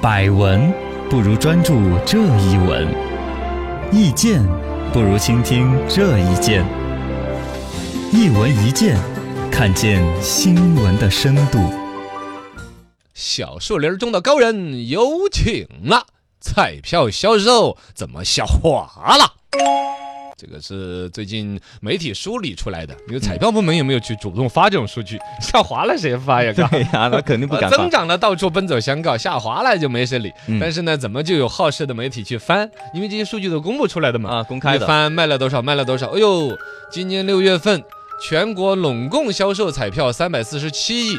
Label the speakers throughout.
Speaker 1: 百闻不如专注这一闻，意见不如倾听这一见。一闻一见，看见新闻的深度。
Speaker 2: 小树林中的高人有请了，彩票销售怎么下滑了？这个是最近媒体梳理出来的。你说彩票部门有没有去主动发这种数据？ 下滑了谁发呀？
Speaker 1: 对呀，那肯定不
Speaker 2: 呃
Speaker 1: 敢
Speaker 2: 增
Speaker 1: 吧？
Speaker 2: 长了到处奔走相告，下滑了就没谁理
Speaker 1: 嗯。
Speaker 2: 但是呢，怎么就有好事的媒体去翻？因为这些数据都公布出来的嘛。
Speaker 1: 啊，公开
Speaker 2: 你
Speaker 1: 的，
Speaker 2: 翻卖了多少？卖了多少？哎呦，今年六月份全国拢共销售彩票三百四十七亿，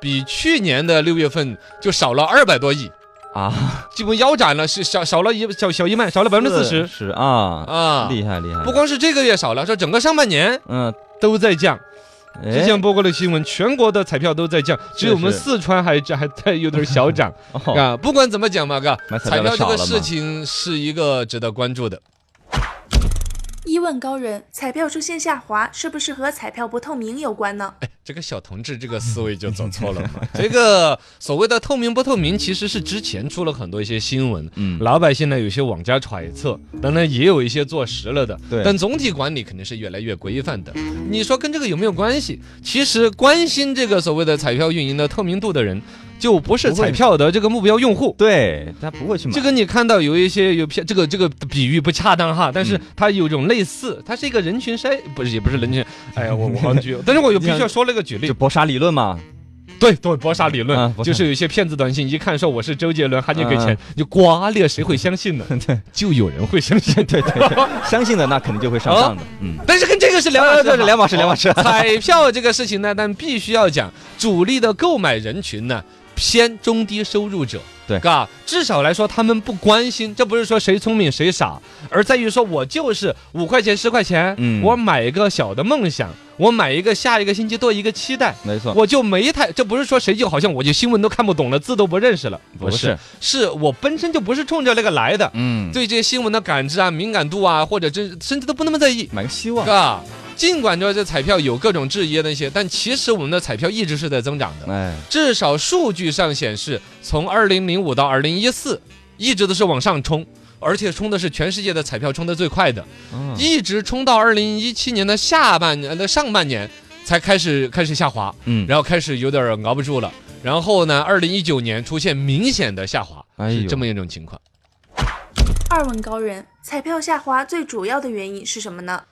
Speaker 2: 比去年的六月份就少了二百多亿
Speaker 1: 啊，
Speaker 2: 基本腰斩了，是少少了一小小一半，少了百分之四十
Speaker 1: 是啊，
Speaker 2: 啊。
Speaker 1: 厉害厉害。
Speaker 2: 不光是这个月少了，说整个上半年
Speaker 1: 嗯，
Speaker 2: 都在降。之
Speaker 1: 哎，
Speaker 2: 前播过的新闻，全国的彩票都在降，只有我们
Speaker 1: 是
Speaker 2: 四川还还还有点小涨
Speaker 1: 哦，
Speaker 2: 啊。不管怎么讲嘛，嘎，
Speaker 1: 买彩
Speaker 2: 彩
Speaker 1: 票的
Speaker 2: 票这
Speaker 1: 少
Speaker 2: 个
Speaker 1: 了
Speaker 2: 事
Speaker 1: 嘛？
Speaker 2: 情是一个值得关注的。
Speaker 3: 一问高人，彩票出现下滑，是不是和彩票不透明有关呢？
Speaker 2: 这个小同志这个思维就走错了 嘛。这个所谓的透明不透明，其实是之前出了很多一些新闻，
Speaker 1: 嗯，
Speaker 2: 老百姓呢有些妄加揣测，当然也有一些坐实了的。
Speaker 1: 对
Speaker 2: 但总体管理肯定是越来越规范的。你说跟这个有没有关系？其实关心这个所谓的彩票运营的透明度的人，就不是
Speaker 1: 不会嗯
Speaker 2: 彩票的这个目标用户。
Speaker 1: 对，他不会去买
Speaker 2: 这跟你看到有一些有偏这个这个比喻不恰当哈，但是
Speaker 1: 嗯
Speaker 2: 它有一种类似，它是一个人群筛，不是也不是人群，哎呀，我我好像 举，但是我又必须要说了一个举例
Speaker 1: 就，搏杀理论 嘛，
Speaker 2: 对对，搏杀理论、
Speaker 1: 啊搏杀
Speaker 2: 就是有一啊些骗子短信一看说我是周杰伦，喊你给钱，你就刮裂，谁会相 信呢？
Speaker 1: 对
Speaker 2: 就有人会相信。
Speaker 1: 对对对，相信的那肯定就会上当的，嗯，
Speaker 2: 但是跟这个是 两码事
Speaker 1: 啊
Speaker 2: 哈，
Speaker 1: 对对两码事两码事
Speaker 2: 哦彩票这个事情呢，但必须要讲，主力的购买人群呢偏中低收入者，
Speaker 1: 对
Speaker 2: 嘎，至少来说他们不关心，这不是说谁聪明谁傻，而在于说我就是五块钱十块钱，
Speaker 1: 嗯
Speaker 2: 我买一个小的梦想，我买一个下一个星期多一个期待，
Speaker 1: 没错，
Speaker 2: 我就没太，这不是说谁就好像我就新闻都看不懂了，字都不认识了，
Speaker 1: 不是，，
Speaker 2: 是我本身就不是冲着那个来的，
Speaker 1: 嗯，
Speaker 2: 对这些新闻的感知啊、敏感度啊，或者真甚至都不那么在意，
Speaker 1: 买个希望，
Speaker 2: 啊。尽管说这彩票有各种质疑的那些，但其实我们的彩票一直是在增长的，
Speaker 1: 哎，
Speaker 2: 至少数据上显示，从二零零五到二零一四，一直都是往上冲。而且冲的是全世界的彩票冲得最快的，
Speaker 1: 嗯
Speaker 2: 一直冲到二零一七年的下半年的上半年才开始开始下滑。
Speaker 1: 嗯，
Speaker 2: 然后开始有点儿熬不住了。然后呢，二零一九年出现明显的下滑，
Speaker 1: 哎
Speaker 2: 是
Speaker 1: 呦
Speaker 2: 这么一种情况。
Speaker 3: 二问高人，彩票下滑最主要的原因是什么呢？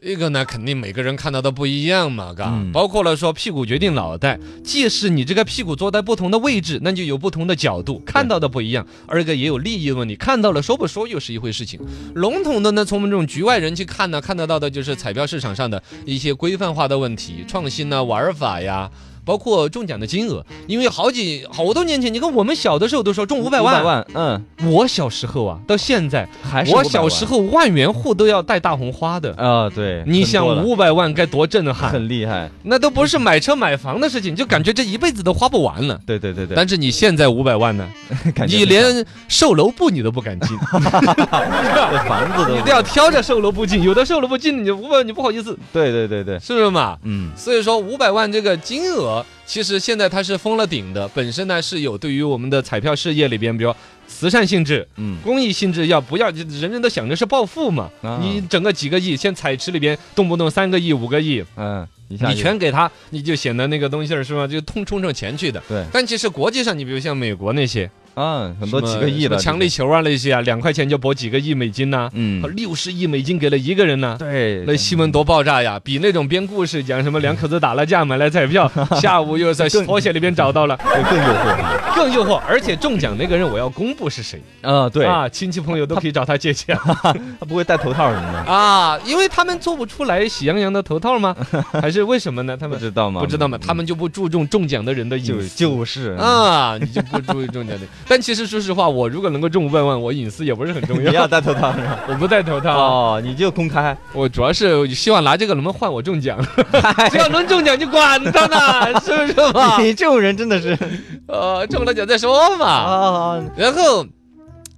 Speaker 2: 这个呢，肯定每个人看到的不一样嘛，嘎、
Speaker 1: 嗯
Speaker 2: 包括了说屁股决定脑袋，即使你这个屁股坐在不同的位置，那就有不同的角度，看到的不一样。二一个也有利益问题，看到了说不说又是一回事情。笼统的呢，从我们这种局外人去看呢，看得到的就是彩票市场上的一些规范化的问题、创新呐、玩法呀。包括中奖的金额，因为好几好多年前，你看我们小的时候都说中五百
Speaker 1: 五
Speaker 2: 万，
Speaker 1: 百万，嗯，
Speaker 2: 我小时候啊，到现在，
Speaker 1: 还是
Speaker 2: 我
Speaker 1: 500
Speaker 2: 小
Speaker 1: 万
Speaker 2: 时候万元户都要带大红花的。
Speaker 1: 啊，对，
Speaker 2: 你
Speaker 1: 很
Speaker 2: 想
Speaker 1: 多了
Speaker 2: 五百万该多震撼，
Speaker 1: 很厉害，
Speaker 2: 那都不是买车买房的事情，就感觉这一辈子都花不完了。
Speaker 1: 对对对对，
Speaker 2: 但是你现在五百万呢，
Speaker 1: 感觉
Speaker 2: 你
Speaker 1: 很
Speaker 2: 连售楼部你都不敢 进，
Speaker 1: 像房子都
Speaker 2: 你都要挑着售楼部进，有的售楼部进你就五百，你不好意思，
Speaker 1: 对对对对，
Speaker 2: 是不是嘛？
Speaker 1: 嗯，
Speaker 2: 所以说五百万这个金额，其实现在它是封了顶的，本身呢是有对于我们的彩票事业里边，比如慈善性质，
Speaker 1: 嗯
Speaker 2: 公益性质要不要？就人人都想着是暴富嘛，
Speaker 1: 啊
Speaker 2: 你整个几个亿，现在彩池里边动不动三个亿、五个亿，
Speaker 1: 嗯，一下
Speaker 2: 你
Speaker 1: 就
Speaker 2: 全给他，你就显得那个东西儿是吧？就通冲上钱去的。
Speaker 1: 对
Speaker 2: 但其实国际上，你比如像美国那些
Speaker 1: 啊，很多
Speaker 2: 什么
Speaker 1: 几个亿
Speaker 2: 什么
Speaker 1: 的
Speaker 2: 强力，球啊那些啊，两块钱就博几个亿美金呐、
Speaker 1: 嗯，
Speaker 2: 六十、亿美金给了一个人呐、
Speaker 1: 对，
Speaker 2: 那新闻多爆炸呀！比那种编故事讲什么两口子打了架买了 彩票，下午又在
Speaker 1: 更
Speaker 2: 拖鞋里边 找到了，
Speaker 1: 会更诱惑
Speaker 2: 更诱惑。而且中奖那个人我要公布是谁
Speaker 1: 啊，对，
Speaker 2: 啊，亲戚朋友都可以找他 借钱。
Speaker 1: 他不会戴头套什么的，
Speaker 2: 啊，因为他们做不出来喜羊羊的头 套吗？还是为什么呢？他
Speaker 1: 不
Speaker 2: 们
Speaker 1: 知道吗？
Speaker 2: 不知道吗？
Speaker 1: 嗯
Speaker 2: 他们就不注重中奖的人的隐
Speaker 1: 就
Speaker 2: 私。
Speaker 4: 嗯
Speaker 1: 就是，
Speaker 2: 啊，你就不注意中奖的。 但其实说实话，我如果能够中五百万，我隐私也不是很重
Speaker 1: 你要
Speaker 2: 要。啊
Speaker 1: 戴头套是 吧？
Speaker 2: 我不戴头套，
Speaker 1: 哦，你就公开，
Speaker 2: 我主要是希望拿这个能不能换我中奖。 只要能中奖就管他 呢，是不是嘛？
Speaker 1: 你这种人真的是
Speaker 2: 啊
Speaker 4: 哦
Speaker 2: 呃，中了奖再说嘛。
Speaker 1: 啊，
Speaker 2: 然后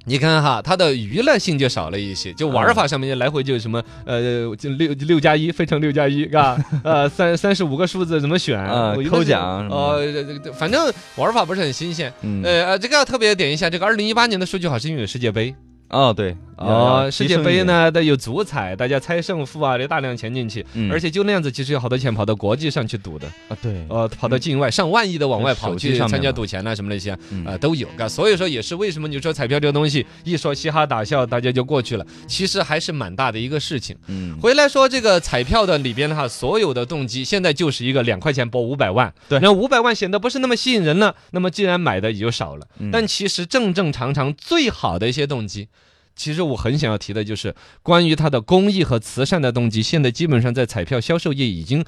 Speaker 2: 你看哈，它的娱乐性就少了一些，就玩法上面就来回就什么呃，就六六加一，非常六加一， 嘎，呃，三三十五个数字怎么选
Speaker 4: 啊
Speaker 2: 我一
Speaker 4: 抽
Speaker 2: 般就
Speaker 4: 奖什么
Speaker 2: 呃，这这反正玩法不是很新鲜。
Speaker 4: 嗯，
Speaker 2: 呃呃，这个要特别点一下，这个二零一八年的数据好是因为有世界杯
Speaker 4: 哦对，
Speaker 2: 哦，世界杯
Speaker 4: 呢？
Speaker 2: 呢，它有足彩，大家猜胜负啊，流大量钱进去，
Speaker 4: 嗯
Speaker 2: 而且就那样子，其实有好多钱跑到国际上去赌的，
Speaker 4: 啊，对，
Speaker 2: 呃，跑到境外上万亿的往外跑
Speaker 4: 手机
Speaker 2: 去
Speaker 4: 上面
Speaker 2: 参加
Speaker 4: 嘛
Speaker 2: 赌钱啊什么那些啊，
Speaker 4: 嗯
Speaker 2: 啊，都有，嘎，所以说也是为什么你说彩票这个东西一说嘻哈打笑，大家就过去了，其实还是蛮大的一个事情。
Speaker 4: 嗯，
Speaker 2: 回来说这个彩票的里边的话，所有的动机现在就是一个两块钱博五百万，
Speaker 4: 对
Speaker 2: 然后五百万显得不是那么吸引人了，那么既然买的也就少了。
Speaker 4: 嗯
Speaker 2: 但其实正正常常最好的一些动机。其实我很想要提的就是关于它的公益和慈善的动机，现在基本上在彩票销售业已经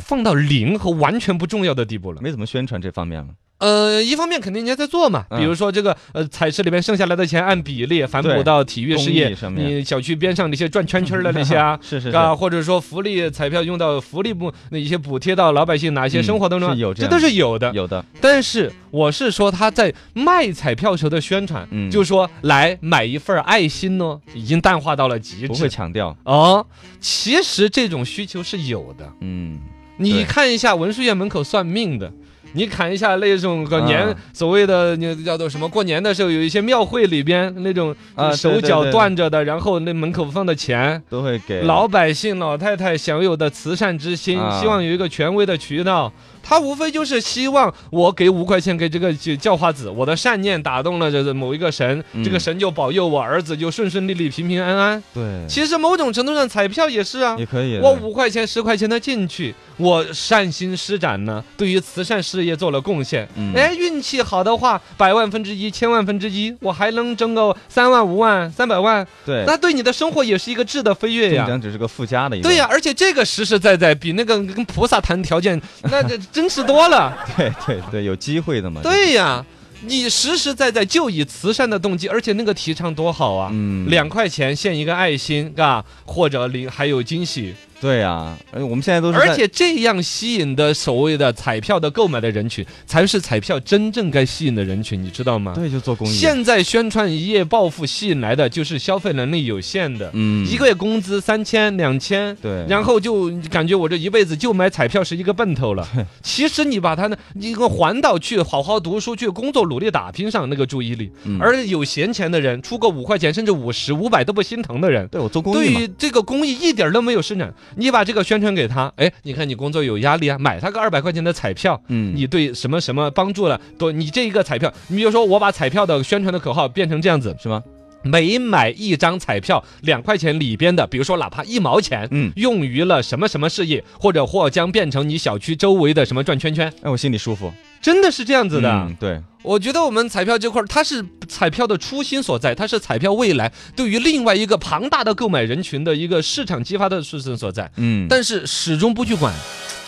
Speaker 2: 放到零和完全不重要的地步了。
Speaker 4: 没怎么宣传这方面了。
Speaker 2: 呃，一方面肯定人家在做嘛，
Speaker 4: 嗯
Speaker 2: 比如说这个呃彩池里面剩下来的钱按比例反哺
Speaker 4: 对
Speaker 2: 到体育事
Speaker 4: 公
Speaker 2: 业
Speaker 4: 益上，面。
Speaker 2: 你小区边上那些转圈圈的那些啊
Speaker 4: 是是是，
Speaker 2: 啊，或者说福利彩票用到福利部那一些补贴到老百姓哪一些
Speaker 4: 嗯
Speaker 2: 生活当中啊，
Speaker 4: 是有这
Speaker 2: 这
Speaker 4: 样
Speaker 2: 都
Speaker 4: 的
Speaker 2: 是有的。
Speaker 4: 有的，
Speaker 2: 但是我是说他在卖彩票时候的宣传，
Speaker 4: 嗯
Speaker 2: 就说来买一份爱心哦，已经淡化到了极
Speaker 4: 不会
Speaker 2: 致。
Speaker 4: 强调，
Speaker 2: 哦，其实这种需求是有的。
Speaker 4: 嗯，
Speaker 2: 你
Speaker 4: 对
Speaker 2: 看一下文殊院门口算命的，你看一下那种个年、
Speaker 4: 啊
Speaker 2: 所谓的那叫做什么？过年的时候有一些庙会里边那种
Speaker 4: 啊对
Speaker 2: 手
Speaker 4: 对
Speaker 2: 脚
Speaker 4: 对
Speaker 2: 断着的，然后那门口放的钱。
Speaker 4: 都会给
Speaker 2: 老百姓、老太太享有的慈善之心，
Speaker 4: 啊
Speaker 2: 希望有一个权威的渠道，他无非就是希望我给五块钱给这个教教化子，我的善念打动了这这某一个神，
Speaker 4: 嗯
Speaker 2: 这个神就保佑我儿子就顺顺利利、平平安安。
Speaker 4: 对，
Speaker 2: 其实某种程度上，彩票也是啊，
Speaker 4: 也可以的，
Speaker 2: 我五块钱、十块钱的进去，我善心施展呢，对于慈善事业做了贡献。
Speaker 4: 嗯
Speaker 2: 哎，运气好的话，百万分之一、千万分之一，我还能挣个三万、五万、三百万，
Speaker 4: 对，
Speaker 2: 那对你的生活也是一个质的飞跃
Speaker 4: 中
Speaker 2: 呀。
Speaker 4: 奖只是个附加的一个，
Speaker 2: 对呀、，而且这个实实在在比那个跟菩萨谈条件，那这真实多了。
Speaker 4: 对对对，有机会的嘛，
Speaker 2: 对呀、你实实在在就以慈善的动机，而且那个提倡多好啊。
Speaker 4: 嗯，
Speaker 2: 两块钱献一个爱心，嘎，或者领还有惊喜，
Speaker 4: 对呀、而且我们现在都是在，
Speaker 2: 而且这样吸引的所谓的彩票的购买的人群，才是彩票真正该吸引的人群，你知道吗？
Speaker 4: 对，就做公益，
Speaker 2: 现在宣传一夜暴富吸引来的就是消费能力有限的，
Speaker 4: 嗯，
Speaker 2: 一个月工资三千、两千。
Speaker 4: 对，
Speaker 2: 然后就感觉我这一辈子就买彩票是一个奔 头了。其实你把它呢，一个环岛去好好读书去工作，努力打拼上那个注意力。
Speaker 4: 嗯
Speaker 2: 而有闲钱的人，出个五块钱甚至五十、五百都不心疼的人，
Speaker 4: 对我做公
Speaker 2: 对
Speaker 4: 益嘛，
Speaker 2: 于这个公益一点儿都没有施展，你把这个宣传给他，哎，你看你工作有压力啊，买他个二百块钱的彩票，
Speaker 4: 嗯，
Speaker 2: 你对什么什么帮助了？多，你这一个彩票，你比如说我把彩票的宣传的口号变成这样子：
Speaker 4: 是吗？
Speaker 2: 每买一张彩票，两块钱里边的，比如说哪怕一毛钱，
Speaker 4: 嗯
Speaker 2: 用于了什么什么事业，或者或将变成你小区周围的什么转圈圈，
Speaker 4: 哎，我心里舒服，
Speaker 2: 真的是这样子的。
Speaker 4: 嗯，对，
Speaker 2: 我觉得我们彩票这块儿，它是彩票的初心所在，它是彩票未来对于另外一个庞大的购买人群的一个市场激发的事情所在，
Speaker 4: 嗯，
Speaker 2: 但是始终不去管，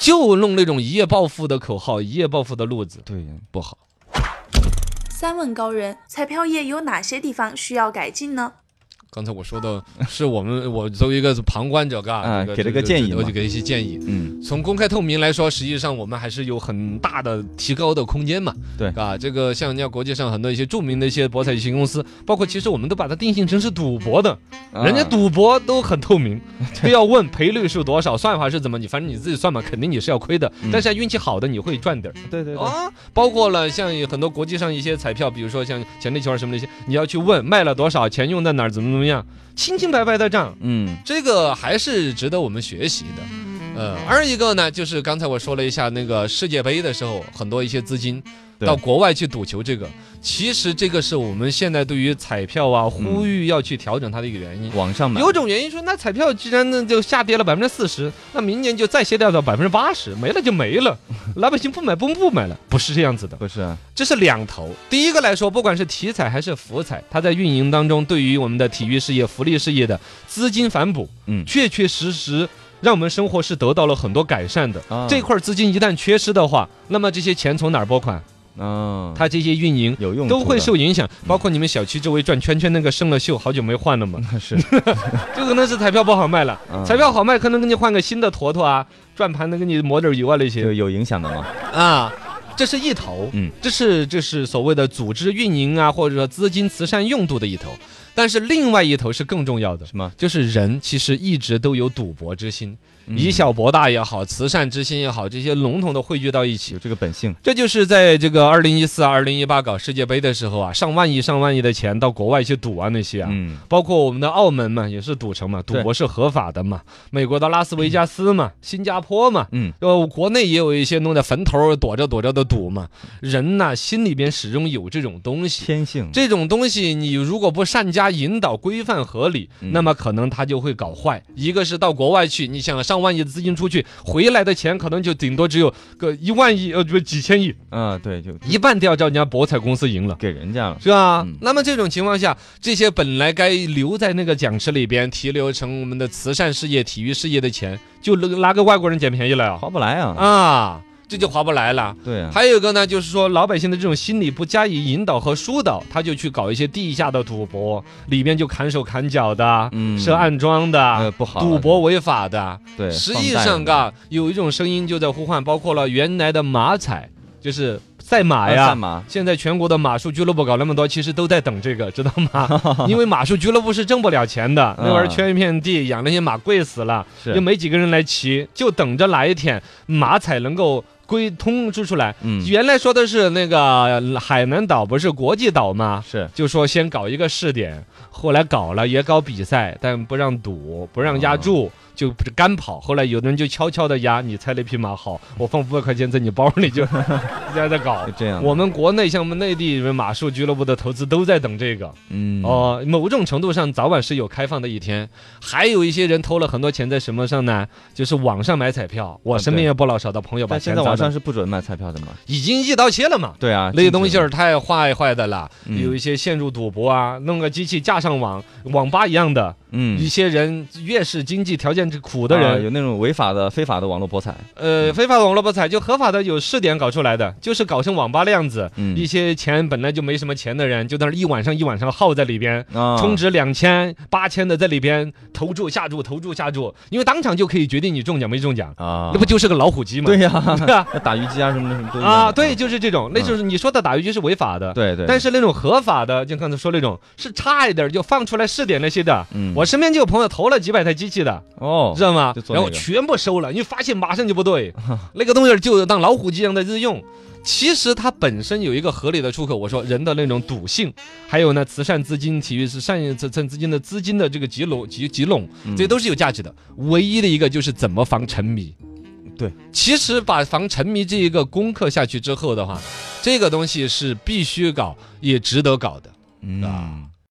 Speaker 2: 就弄那种一夜暴富的口号、一夜暴富的路子，
Speaker 4: 对，
Speaker 2: 不好。
Speaker 3: 三问高人，彩票业有哪些地方需要改进呢？
Speaker 2: 刚才我说的是我们，我作为一个旁观者，嘎，
Speaker 4: 啊
Speaker 2: 这
Speaker 4: 给了个
Speaker 2: 这
Speaker 4: 建议
Speaker 2: 我就
Speaker 4: 嘛
Speaker 2: 给一些建议。
Speaker 4: 嗯，
Speaker 2: 从公开透明来说，实际上我们还是有很大的提高的空间嘛。
Speaker 4: 对
Speaker 2: 啊，这个像人家国际上很多一些著名的一些博彩有限公司，包括其实我们都把它定性成是赌博的，人家
Speaker 4: 啊
Speaker 2: 赌博都很透 明，都要问赔率是多少，算法是怎么，你反正你自己算嘛，肯定你是要亏的。
Speaker 4: 嗯哦
Speaker 2: 但是运气好的你会赚点儿
Speaker 4: 对对对，
Speaker 2: 啊，包括了像很多国际上一些彩票，比如说像钱地球啊什么那些，你要去问卖了多少钱，用在哪儿，怎么怎么样，清清白白的账。
Speaker 4: 嗯，
Speaker 2: 这个还是值得我们学习的。呃，二一个呢，就是刚才我说了一下那个世界杯的时候，很多一些资金
Speaker 4: 对
Speaker 2: 到国外去赌球，这个其实这个是我们现在对于彩票啊呼吁要去调整它的一个原因。
Speaker 4: 网上买，
Speaker 2: 有种原因说，那彩票既然呢就下跌了百分之四十，那明年就再下掉到百分之八十，没了就没 了，老百姓不买不不买了，不是这样子的。
Speaker 4: 不是啊，
Speaker 2: 这是两头。第一个来说，不管是体彩还是福彩，它在运营当中对于我们的体育事业、福利事业的资金反哺，
Speaker 4: 嗯
Speaker 2: 确确实实让我们生活是得到了很多改善的。
Speaker 4: 啊
Speaker 2: 这块资金一旦缺失的话，那么这些钱从哪儿拨款？
Speaker 4: 啊，
Speaker 2: 它这些运营。
Speaker 4: 有用
Speaker 2: 都
Speaker 4: 处
Speaker 2: 会
Speaker 4: 的嗯
Speaker 2: 受影响，包括你们小区周围转圈圈那个生了锈，好久没换了嘛，
Speaker 4: 是
Speaker 2: 就可能是彩票不好卖了，
Speaker 4: 嗯
Speaker 2: 彩票好卖，可能给你换个新的坨坨啊，转盘能给你抹点油啊那些
Speaker 4: 有有影响的嘛，
Speaker 2: 啊。这是一头，
Speaker 4: 嗯，
Speaker 2: 这是这是所谓的组织运营啊，或者说资金慈善用度的一头，但是另外一头是更重要的，
Speaker 4: 什么？
Speaker 2: 就是人其实一直都有赌博之心，
Speaker 4: 嗯
Speaker 2: 以小博大也好，慈善之心也好，这些笼统的汇聚到一起
Speaker 4: 有。这个 本性，
Speaker 2: 这就是在这个二零一四、二零一八搞世界杯的时候啊，上万亿、上万亿的钱到国外去赌啊，那些啊，
Speaker 4: 嗯，
Speaker 2: 包括我们的澳门嘛，也是赌城嘛，
Speaker 4: 对
Speaker 2: 赌博是合法的嘛，美国的拉斯维加斯嘛，新加坡嘛，
Speaker 4: 嗯，
Speaker 2: 呃，国内也有一些弄在坟头儿躲着躲着的赌嘛，人呐、心里边始终有这种东西。
Speaker 4: 天性，
Speaker 2: 这种东西，你如果不善加引导、规范、合理，
Speaker 4: 嗯
Speaker 2: 那么可能他就会搞坏。一个是到国外去，你想上万亿的资金出去，回来的钱可能就顶多只有个一万亿，呃，不几千亿，
Speaker 4: 啊，对，就
Speaker 2: 一半都要叫人家博彩公司赢了。
Speaker 4: 给人家了，
Speaker 2: 是吧？
Speaker 4: 嗯
Speaker 2: 那么这种情况下，这些本来该留在那个奖池里边，提留成我们的慈善事业、体育事业的钱，就拉拉个外国人捡便宜了呀！
Speaker 4: 划不来啊，
Speaker 2: 啊，这就划不来了。
Speaker 4: 对啊，
Speaker 2: 还有一个呢，就是说老百姓的这种心理不加以引导和疏导，他就去搞一些地下的赌博，里面就砍手砍脚的，
Speaker 4: 嗯
Speaker 2: 设暗桩
Speaker 4: 呃
Speaker 2: 的。
Speaker 4: 不好了，
Speaker 2: 赌博违法的，
Speaker 4: 对，
Speaker 2: 实
Speaker 4: 放
Speaker 2: 际
Speaker 4: 贷
Speaker 2: 上
Speaker 4: 嘛
Speaker 2: 嘎，有一种声音就在呼唤，包括了原来的马彩，就是赛马
Speaker 4: 啊
Speaker 2: 哎呀，
Speaker 4: 干嘛？
Speaker 2: 现在全国的马术俱乐部搞那么多，其实都在等这个，知道 吗？因为马术俱乐部是挣不了钱的，那玩意儿
Speaker 4: 嗯
Speaker 2: 圈一片地，养那些马贵死了，
Speaker 4: 是
Speaker 2: 又没几个人来骑，就等着哪一天马彩能够归通知出来。
Speaker 4: 嗯，
Speaker 2: 原来说的是那个海南岛不是国际岛吗？
Speaker 4: 是
Speaker 2: 就说先搞一个试点，后来搞了也搞比赛，但不让赌，不让压注，就干跑。后来有的人就悄悄的压，你猜那匹马好，我放五百块钱在你包里就， 在在 搞
Speaker 4: 就。这样的，
Speaker 2: 我们国内像我们内地人马术俱乐部的投资都在等这个
Speaker 4: 嗯，
Speaker 2: 哦、某种程度上早晚是有开放的一天。还有一些人投了很多钱在什么上呢？就是网上买彩票。我
Speaker 4: 啊
Speaker 2: 身边
Speaker 4: 对
Speaker 2: 也不老少的朋友把
Speaker 4: 但现
Speaker 2: 钱
Speaker 4: 在
Speaker 2: 砸
Speaker 4: 网
Speaker 2: 的
Speaker 4: 上是不准买彩票的嘛？
Speaker 2: 已经一刀切了嘛。
Speaker 4: 对啊，
Speaker 2: 那
Speaker 4: 禁
Speaker 2: 东
Speaker 4: 止
Speaker 2: 西儿太坏坏的了，
Speaker 4: 嗯
Speaker 2: 有一些陷入赌博啊，弄个机器架上网，网吧一样的。一
Speaker 4: 嗯，
Speaker 2: 些人越是经济条件之苦
Speaker 4: 有
Speaker 2: 的人，
Speaker 4: 有那嗯种违法的、非法的网络博彩，
Speaker 2: 呃，非法网络博彩就合法的有试点搞出来的，就是搞成网吧那样子，
Speaker 4: 嗯
Speaker 2: 一些钱本来就没什么钱的人，就在那儿一晚上一晚上耗在里边。
Speaker 4: 啊，
Speaker 2: 充值两千、八千的在里边投注、下注、投注、下注，因为当场就可以决定你中奖没中奖，
Speaker 4: 啊，
Speaker 2: 那不就是个老虎机吗？
Speaker 4: 对 呀，
Speaker 2: 吧？
Speaker 4: 那打鱼机啊什么的什么都一样
Speaker 2: 啊，
Speaker 4: 的
Speaker 2: 对，，就是这种，那就是你说的打游戏是违法的，
Speaker 4: 对对，
Speaker 2: 但
Speaker 4: 是
Speaker 2: 是那种合法的，就刚才说那种是差一点儿就放出来试点那些的，
Speaker 4: 嗯，
Speaker 2: 我身边就有朋友投了几百台机器的，
Speaker 4: 哦
Speaker 2: 知，道吗
Speaker 4: 就？做
Speaker 2: 然后
Speaker 4: 那个
Speaker 2: 全部收了，因为发现马上就不 对，那个东西就当老虎机一样的日用。其实它本身有一个合理的出口，我说人的那种赌性，还有呢慈善资金、体育是善慈善资金的资金的这个集拢集集拢，
Speaker 4: 嗯
Speaker 2: 这都是有价值的。唯一的一个就是怎么防沉迷。
Speaker 4: 对，
Speaker 2: 其实把防沉迷这一个功课下去之后的话，这个东西是必须搞，也值得搞的。
Speaker 4: 嗯
Speaker 2: 啊